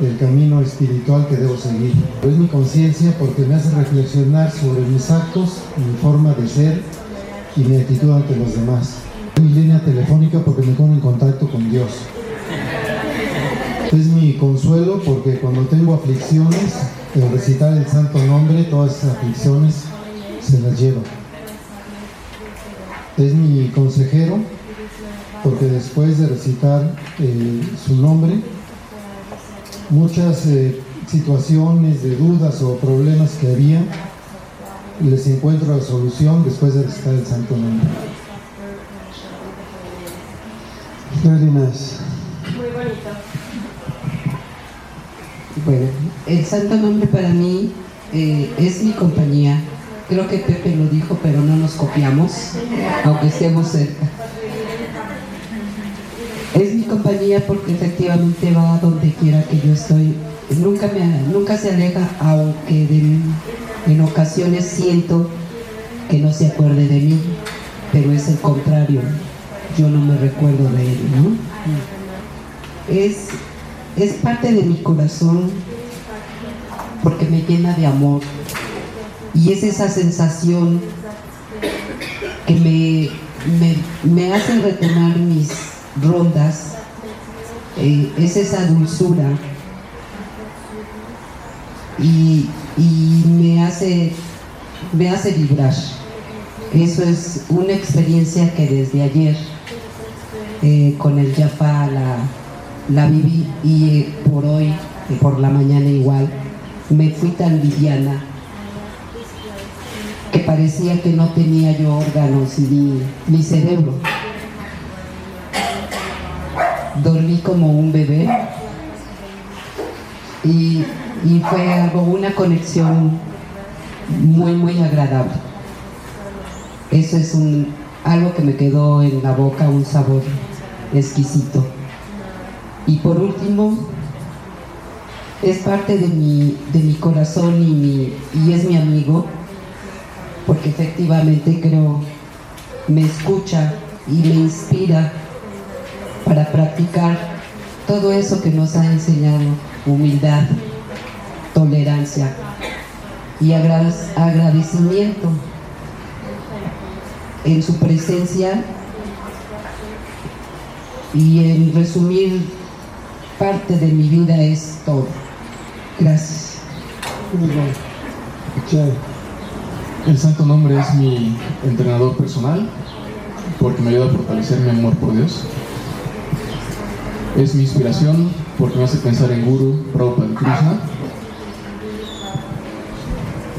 Speaker 7: el camino espiritual que debo seguir. Es mi conciencia porque me hace reflexionar sobre mis actos, mi forma de ser y mi actitud ante los demás. Es mi línea telefónica porque me pone en contacto con Dios. Es mi consuelo porque cuando tengo aflicciones, el recitar el santo nombre, todas esas aflicciones se las lleva. Es mi consejero porque después de recitar eh, su nombre, muchas eh, situaciones de dudas o problemas que había, les encuentro la solución después de recitar el santo nombre.
Speaker 1: Very nice.
Speaker 3: Muy bonito.
Speaker 13: Bueno, el santo nombre para mí eh, es mi compañía. Creo que Pepe lo dijo, pero no nos copiamos, aunque estemos cerca. Es mi compañía porque efectivamente va a donde quiera que yo estoy. Nunca, me, nunca se aleja, aunque de- en ocasiones siento que no se acuerde de mí. pero es el contrario. Yo no me recuerdo de él, ¿no? Es, es parte de mi corazón porque me llena de amor. Y es esa sensación que me, me, me hace retomar mis rondas. Eh, es esa dulzura y, y me, hace, me hace vibrar. Eso es una experiencia que desde ayer eh, con el Yapa la, la viví y eh, por hoy, eh, por la mañana igual, me fui tan liviana que parecía que no tenía yo órganos ni, ni cerebro. Dormí como un bebé y, y fue algo, una conexión muy, muy agradable. Eso es un, algo que me quedó en la boca, un sabor exquisito. Y por último, es parte de mi, de mi corazón y, mi, y es mi amigo, porque efectivamente creo, me escucha y me inspira para practicar todo eso que nos ha enseñado, humildad, tolerancia y agra- agradecimiento. En su presencia y en resumir parte de mi vida es todo. Gracias.
Speaker 1: Muy bien. Chay,
Speaker 14: El santo nombre es mi entrenador personal porque me ayuda a fortalecer mi amor por Dios. Es mi inspiración porque me hace pensar en Guru, Prabhupada y Krishna.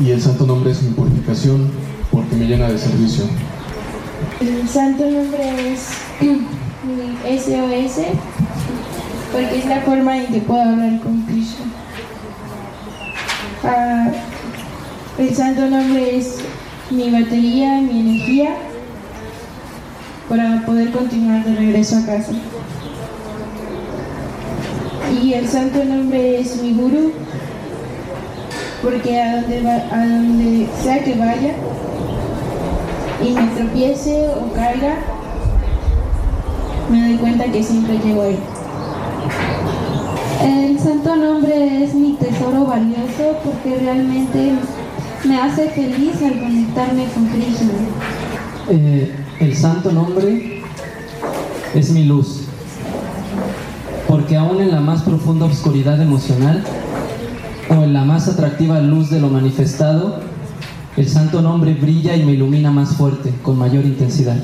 Speaker 14: Y el santo nombre es mi purificación porque me llena de servicio.
Speaker 9: El santo nombre es mi SOS porque es la forma en que puedo hablar con Krishna. Ah, el santo nombre es mi batería, mi energía para poder continuar de regreso a casa. Y el santo nombre es mi guru porque a donde, va- a donde sea que vaya y me tropiece o caiga, me doy cuenta que siempre llego ahí.
Speaker 5: El santo nombre es mi tesoro valioso porque realmente me hace feliz al conectarme con Krishna.
Speaker 12: Eh, el santo nombre es mi luz, porque aún en la más profunda oscuridad emocional o en la más atractiva luz de lo manifestado, el santo nombre brilla y me ilumina más fuerte, con mayor intensidad.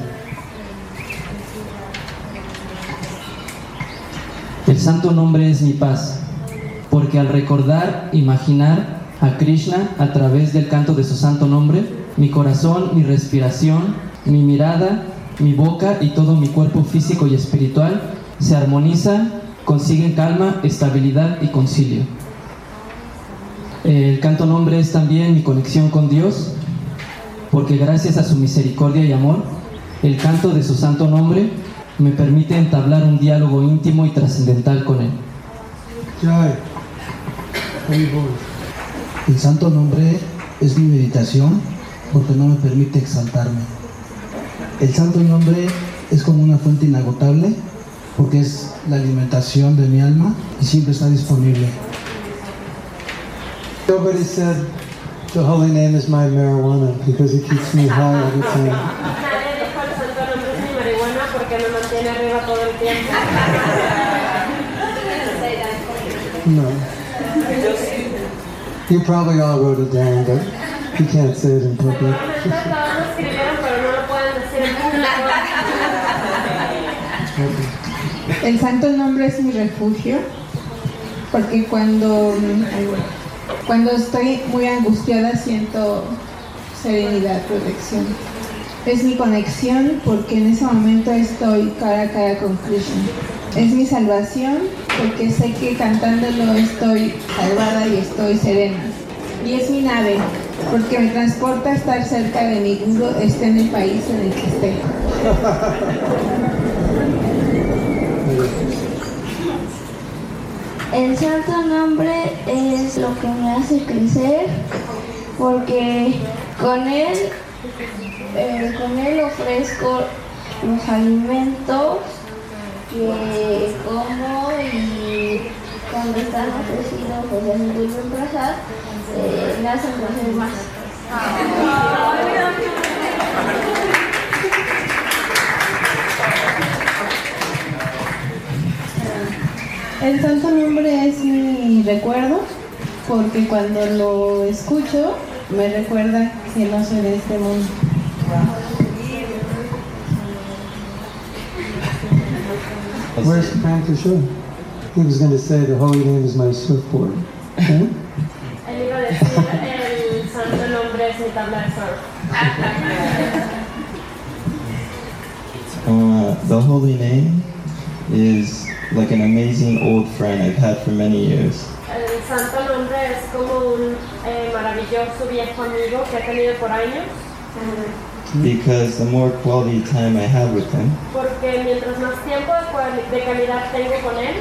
Speaker 12: El santo nombre es mi paz, porque al recordar, imaginar a Krishna a través del canto de su santo nombre, mi corazón, mi respiración, mi mirada, mi boca y todo mi cuerpo físico y espiritual se armoniza, consiguen calma, estabilidad y concilio. El canto nombre es también mi conexión con Dios, porque gracias a su misericordia y amor, el canto de su santo nombre me permite entablar un diálogo íntimo y trascendental con él.
Speaker 1: Jai. Hari Bol.
Speaker 15: El santo nombre es mi meditación porque no me permite exaltarme. El santo nombre es como una fuente inagotable porque es la alimentación de mi alma y siempre está disponible.
Speaker 1: Somebody said, the holy name is my marijuana because it keeps me high all the time.
Speaker 3: Nadie dijo el santo nombre es mi marihuana porque me mantiene arriba todo el tiempo.
Speaker 1: No. You probably all wrote it down, but you can't say it in public.
Speaker 3: Entonces todos lo escribieron pero no lo pueden decir en público.
Speaker 5: El santo nombre es mi refugio porque cuando, mm, cuando estoy muy angustiada siento serenidad, protección. Es mi conexión porque en ese momento estoy cara a cara con Krishna. Es mi salvación porque sé que cantándolo estoy salvada y estoy serena. Y es mi nave porque me transporta a estar cerca de mi guru, esté en el país en el que esté.
Speaker 9: El santo nombre es lo que me hace crecer porque con él eh, con él ofrezco los alimentos que como y cuando están ofrecidos pues, o se envuelven pasar, eh, me hacen placer más.
Speaker 5: El santo nombre es mi recuerdo porque cuando lo escucho me recuerda que no soy de este mundo.
Speaker 1: Where's Panther Show? He was going to say the holy name is my surfboard. Okay?
Speaker 3: Él iba a decir, el santo nombre es mi tabla de surf.
Speaker 16: Uh, the holy name is like an amazing old friend I've had for many years.
Speaker 3: El santo nombre es como un eh, maravilloso viejo amigo que he tenido por años.
Speaker 16: Because the more quality time I have with him,
Speaker 3: Porque mientras más tiempo de cual- de calidad tengo con él,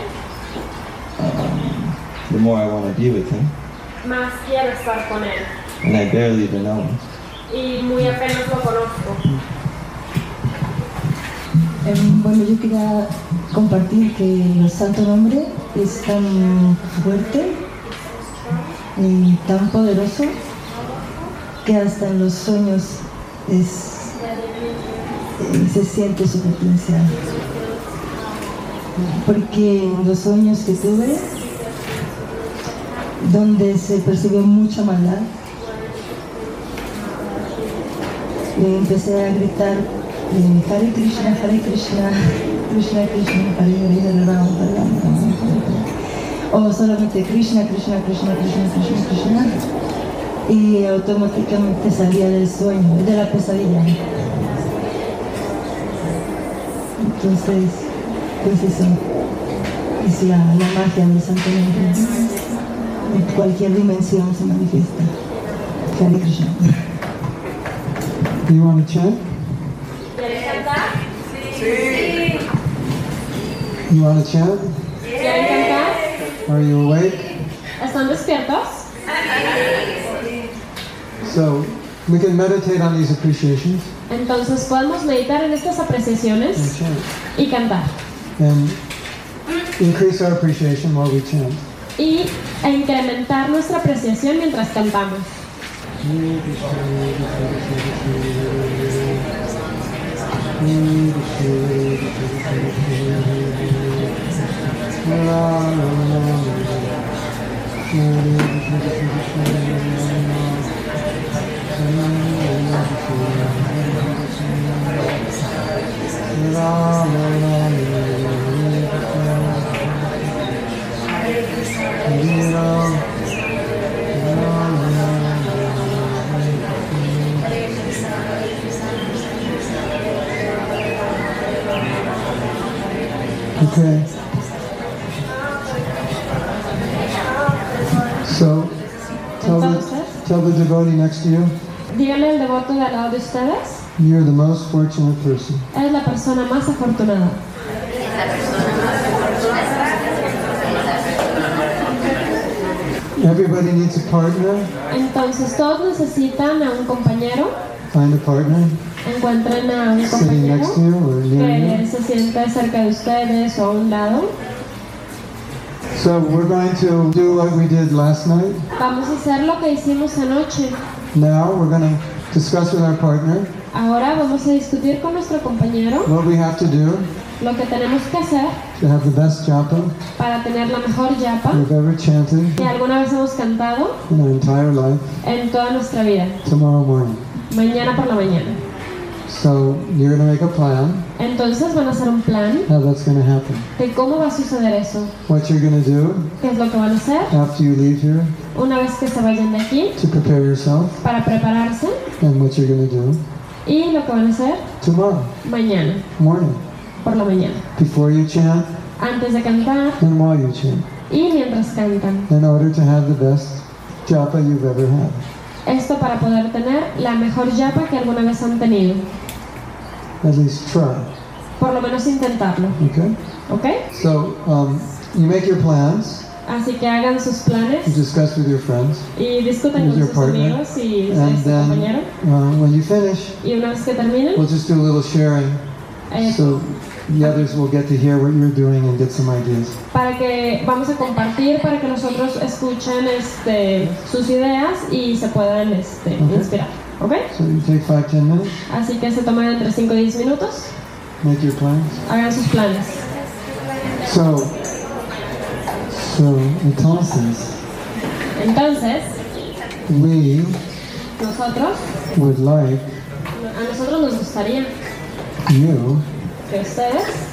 Speaker 16: the more I want to be with him.
Speaker 3: más quiero estar con él.
Speaker 16: And I barely even know him.
Speaker 3: Y muy apenas lo conozco.
Speaker 4: Em, Bueno, yo quería compartir que el Santo Nombre es tan fuerte y tan poderoso que hasta en los sueños es, eh, se siente su potencia. Porque en los sueños que tuve, donde se percibió mucha maldad, eh, empecé a gritar eh, Hare Krishna, Hare Krishna, Krishna Krishna, Hare Hare, Hare Rama, Hare Rama, Rama, Hare Hare. O solamente Krishna, Krishna, Krishna, Krishna, Krishna, Krishna. Y automáticamente salía del sueño, de la pesadilla. Entonces, pues eso. Es la, la magia del Santo Nombre. En cualquier dimensión se manifiesta. Hare Krishna.
Speaker 1: Do you want to chant?
Speaker 3: ¿Quieres cantar?
Speaker 1: Sí. You want to chant?
Speaker 3: ¿Quieren cantar?
Speaker 1: Are you awake?
Speaker 2: ¿Están despiertos?
Speaker 1: So we can meditate on these appreciations
Speaker 2: Entonces podemos meditar en estas
Speaker 1: and
Speaker 2: apreciaciones
Speaker 1: chant.
Speaker 2: y cantar.
Speaker 1: And increase our appreciation while we chant.
Speaker 2: Y e incrementar nuestra apreciación mientras cantamos.
Speaker 1: Okay. So tell the, tell the devotee next to you,
Speaker 2: Díganle al devoto de al lado de ustedes,
Speaker 1: you're the most fortunate person.
Speaker 2: es la persona más afortunada.
Speaker 1: Everybody needs a partner.
Speaker 2: Entonces todos necesitan a un compañero,
Speaker 1: Find a partner
Speaker 2: encuentren a un
Speaker 1: sitting
Speaker 2: compañero
Speaker 1: next to you or near
Speaker 2: que
Speaker 1: you.
Speaker 2: se sienta cerca de ustedes o a un lado.
Speaker 1: So we're going to do what we did last night.
Speaker 2: Vamos a hacer lo que hicimos anoche.
Speaker 1: Now we're going to discuss with our partner
Speaker 2: Ahora vamos a discutir con nuestro compañero
Speaker 1: what we have to do
Speaker 2: lo que tenemos que hacer
Speaker 1: to have the best japa
Speaker 2: para tener la mejor yapa
Speaker 1: we've ever chanted
Speaker 2: que alguna vez hemos cantado
Speaker 1: in our entire life
Speaker 2: en toda nuestra vida.
Speaker 1: tomorrow morning.
Speaker 2: Mañana por la mañana.
Speaker 1: So you're going to make a plan
Speaker 2: Entonces van a hacer un plan
Speaker 1: how that's going to happen.
Speaker 2: de cómo va a suceder eso.
Speaker 1: What you're going to do
Speaker 2: ¿Qué es lo que van a hacer
Speaker 1: after you leave here
Speaker 2: una vez que se vayan de aquí
Speaker 1: to prepare yourself
Speaker 2: para prepararse?
Speaker 1: and what you're going to do
Speaker 2: Y lo que van a hacer
Speaker 1: tomorrow
Speaker 2: mañana
Speaker 1: morning
Speaker 2: por la mañana.
Speaker 1: before you chant
Speaker 2: Antes de cantar
Speaker 1: and while you chant
Speaker 2: y mientras cantan.
Speaker 1: in order to have the best japa you've ever had.
Speaker 2: Esto para poder tener la mejor yapa que alguna vez han tenido.
Speaker 1: At least try.
Speaker 2: Por lo menos intentarlo.
Speaker 1: Okay?
Speaker 2: ¿Ok?
Speaker 1: So um, you make your plans
Speaker 2: Así que hagan sus planes
Speaker 1: You discuss with your friends,
Speaker 2: y discutan
Speaker 1: with
Speaker 2: con
Speaker 1: your
Speaker 2: sus
Speaker 1: partner.
Speaker 2: amigos y
Speaker 1: And
Speaker 2: su compañero.
Speaker 1: then uh, when you finish,
Speaker 2: Y una vez que terminen,
Speaker 1: we'll just do a little sharing
Speaker 2: eh,
Speaker 1: so the others will get to hear what you're doing and get some ideas.
Speaker 2: para que vamos a compartir para que los otros escuchen este, sus ideas y se puedan este,
Speaker 1: Ujú.
Speaker 2: inspirar. ¿Ok?
Speaker 1: So you take five, ten minutes,
Speaker 2: Así que se toman entre 5 y 10 minutos,
Speaker 1: make your plans.
Speaker 2: hagan sus planes.
Speaker 1: So, so entonces,
Speaker 2: Entonces,
Speaker 1: we
Speaker 2: nosotros,
Speaker 1: would like
Speaker 2: a nosotros nos gustaría
Speaker 1: you
Speaker 2: que ustedes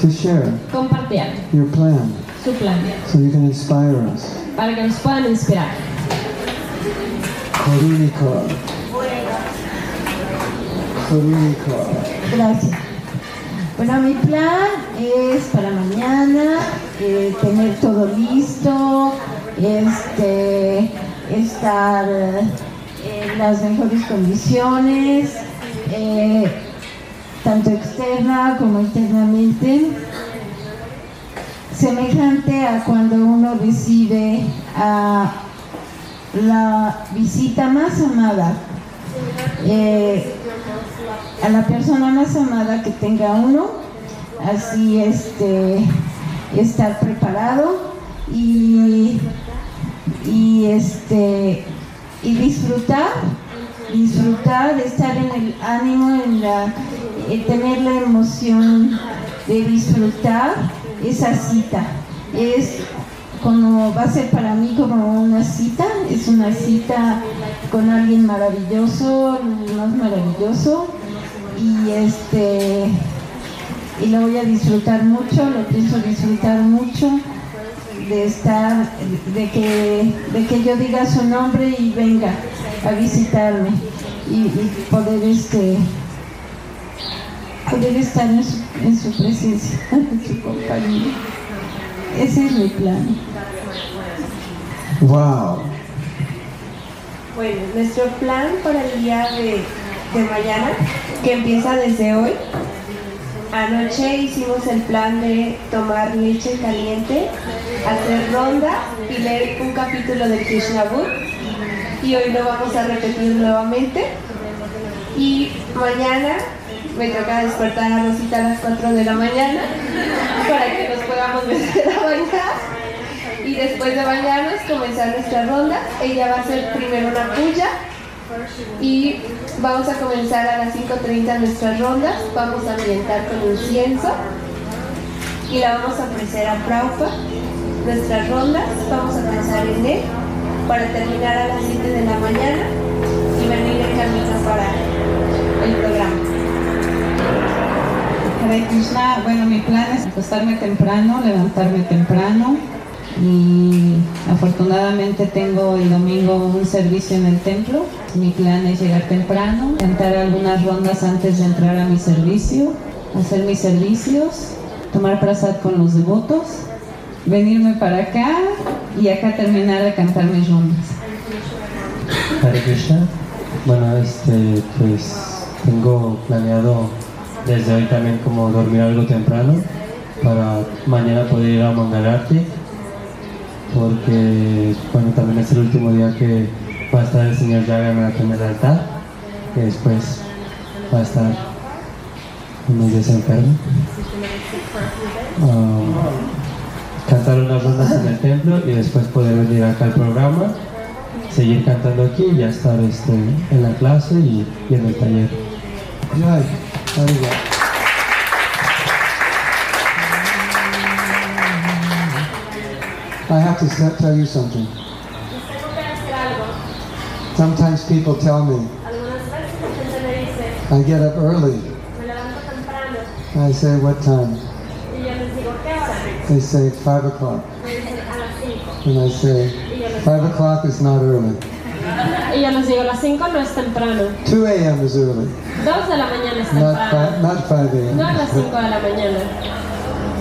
Speaker 1: to share
Speaker 2: compartieran
Speaker 1: your plan
Speaker 2: su plan
Speaker 1: so you can inspire us.
Speaker 2: para que nos puedan inspirar.
Speaker 1: Korunika. Korunika.
Speaker 17: Gracias. Bueno, mi plan es para mañana eh, tener todo listo, este, estar eh, en las mejores condiciones, eh, tanto externa como internamente, semejante a cuando uno recibe a la visita más amada. eh, a la persona más amada que tenga uno, así este, estar preparado y, y, este, y disfrutar, disfrutar, estar en el ánimo, en la, eh, tener la emoción de disfrutar esa cita. Es como va a ser para mí como una cita, es una cita con alguien maravilloso, el más maravilloso y este y lo voy a disfrutar mucho, lo pienso disfrutar mucho de estar, de que, de que yo diga su nombre y venga a visitarme y, y poder este poder estar en su, en su presencia, en su compañía. Ese es mi plan.
Speaker 1: Wow.
Speaker 5: Bueno, nuestro plan para el día de, de mañana, que empieza desde hoy. Anoche hicimos el plan de tomar leche caliente, hacer ronda y leer un capítulo del Krishna Book. Y hoy lo vamos a repetir nuevamente. Y mañana me toca despertar a Rosita a las 4 de la mañana para que nos podamos meter a bañar. Y después de bañarnos comenzar nuestra ronda. Ella va a hacer primero una puya y vamos a comenzar a las 5.30 nuestras rondas. Vamos a ambientar con incienso y la vamos a ofrecer a Praupa. Nuestras rondas, vamos a pensar en él para terminar a las 7 de la mañana y venir en camino para el programa.
Speaker 10: Hare Krishna, bueno, mi plan es acostarme temprano, levantarme temprano y afortunadamente tengo el domingo un servicio en el templo. Mi plan es llegar temprano, cantar algunas rondas antes de entrar a mi servicio, hacer mis servicios, tomar prasad con los devotos, venirme para acá y acá terminar de cantar mis rondas.
Speaker 18: Hare Krishna. Bueno, este, pues tengo planeado desde hoy también como dormir algo temprano para mañana poder ir a Mangalarti porque bueno, también es el último día que va a estar el señor Jagannatha en el altar y después va a estar unos días enfermo.
Speaker 1: Uh,
Speaker 18: Ah, cantar unas rondas en el templo y después poder venir acá al programa seguir cantando aquí y ya estar este, en la clase y, y en el taller.
Speaker 1: Jai. Hare Jai. I have to se- tell you something. Sometimes people tell me,
Speaker 3: Algunas veces la gente me dice,
Speaker 1: I get up early.
Speaker 3: me levanto temprano
Speaker 1: I say, what time?
Speaker 3: y yo les digo, ¿qué hora?
Speaker 1: They say, 5 o'clock.
Speaker 3: Me dicen a las 5.
Speaker 1: And I say, 5 o'clock is not early.
Speaker 2: Y yo les digo, las 5 no es temprano,
Speaker 1: 2 a.m. is early.
Speaker 2: 2 de la mañana es
Speaker 1: Not,
Speaker 2: temprano,
Speaker 1: fi- not 5 a.m.
Speaker 2: no a las 5 de la mañana.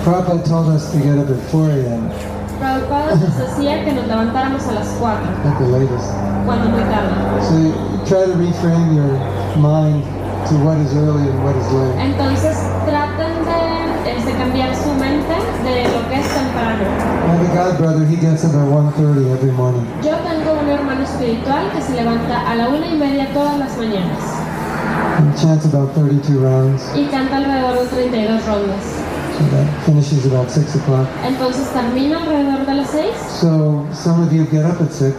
Speaker 1: Prabhupada told us to get up at 4 a.m.
Speaker 2: Prabhupada nos decía que nos levantáramos a las 4,
Speaker 1: at the latest.
Speaker 2: cuando muy tarde.
Speaker 1: So you try to reframe your mind to what is early and what is late.
Speaker 2: Entonces traten de este, cambiar su mente de lo que es temprano.
Speaker 1: Now the God brother, he gets up at 1.30 every morning.
Speaker 2: Yo tengo un hermano espiritual que se levanta a la una y media todas las mañanas
Speaker 1: and chants about 32 rounds.
Speaker 2: y canta alrededor de 32 rondas.
Speaker 1: So that finishes about 6 o'clock.
Speaker 2: Entonces termina alrededor de las 6.
Speaker 1: So some of you get up at 6.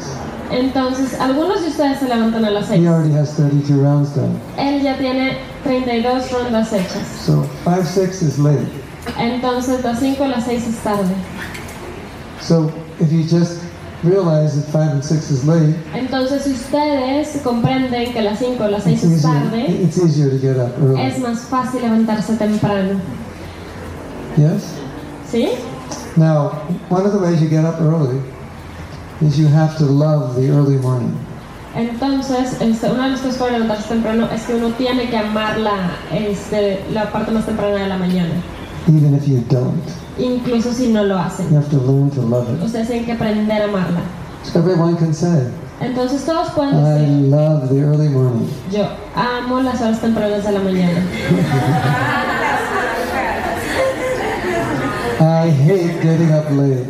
Speaker 2: Entonces algunos de ustedes se levantan a las 6.
Speaker 1: He already has 32 rounds done.
Speaker 2: Él ya tiene 32 rondas hechas.
Speaker 1: So 5, 6 is late.
Speaker 2: Entonces las 5 a las 6 es tarde.
Speaker 1: So if you just realize that 5 and 6 is late,
Speaker 2: Entonces si ustedes comprenden que las 5 a las 6
Speaker 1: it's
Speaker 2: es
Speaker 1: easier,
Speaker 2: tarde,
Speaker 1: it's easier to get up early.
Speaker 2: es más fácil levantarse temprano.
Speaker 1: Yes?
Speaker 2: ¿Sí?
Speaker 1: Now, one of the ways you get up early is you have to love the early morning.
Speaker 2: Entonces, este, una de las cosas para levantarse temprano es que uno tiene que amar la, este, la parte más temprana de la mañana,
Speaker 1: Even if you don't,
Speaker 2: incluso si no lo hacen.
Speaker 1: you have to learn to love it.
Speaker 2: Ustedes tienen que aprender a amarla.
Speaker 1: Everyone can say,
Speaker 2: Entonces todos pueden
Speaker 1: I
Speaker 2: decir,
Speaker 1: love the early morning.
Speaker 2: yo amo las horas tempranas de la mañana.
Speaker 1: I hate getting up late.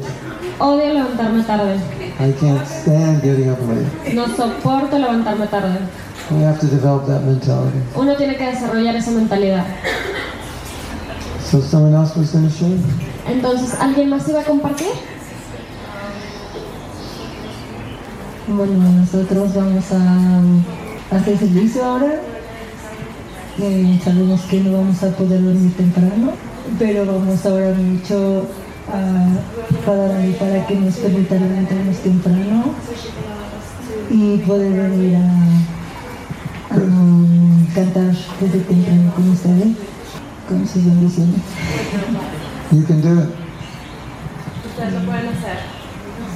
Speaker 2: Odio levantarme tarde.
Speaker 1: I can't stand getting up late.
Speaker 2: No soporto levantarme tarde.
Speaker 1: We have to develop that mentality.
Speaker 2: Uno tiene que desarrollar esa mentalidad.
Speaker 1: So someone else was going to share?
Speaker 2: Entonces, ¿alguien más iba a compartir?
Speaker 4: Bueno, nosotros vamos a hacer servicio ahora. Eh, sabemos que no vamos a poder dormir temprano, pero vamos a orar mucho a Padre Noel para que nos permita levantarnos temprano y poder dormir a, a, um, cantar desde temprano con ustedes, con sus bendiciones.
Speaker 1: You can do it.
Speaker 3: Ustedes lo pueden hacer.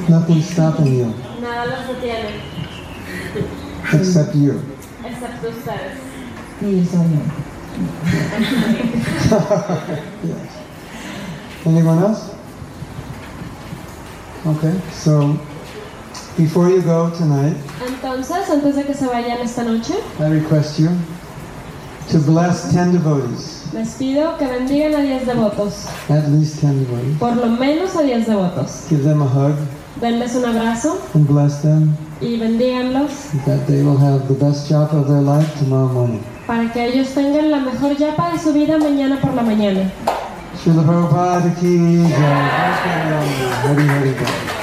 Speaker 1: Nothing's stopping you
Speaker 3: Nada los detiene,
Speaker 1: except you.
Speaker 3: excepto ustedes.
Speaker 4: Y eso
Speaker 1: yes. Anyone else? Okay, so before you go tonight,
Speaker 2: Entonces, antes de que se vayan esta noche,
Speaker 1: I request you to bless 10 devotees,
Speaker 2: les pido que bendigan a 10 devotos,
Speaker 1: at least 10 devotees.
Speaker 2: por lo menos a 10 devotos.
Speaker 1: Give them a hug
Speaker 2: Denles un abrazo
Speaker 1: and bless them
Speaker 2: y bendíganlos
Speaker 1: that they will have the best job of their life tomorrow morning.
Speaker 2: para que ellos tengan la mejor yapa de su vida mañana por la mañana.
Speaker 1: uh, um, Srila Prabhupada ki jai. Hari Hari Hari.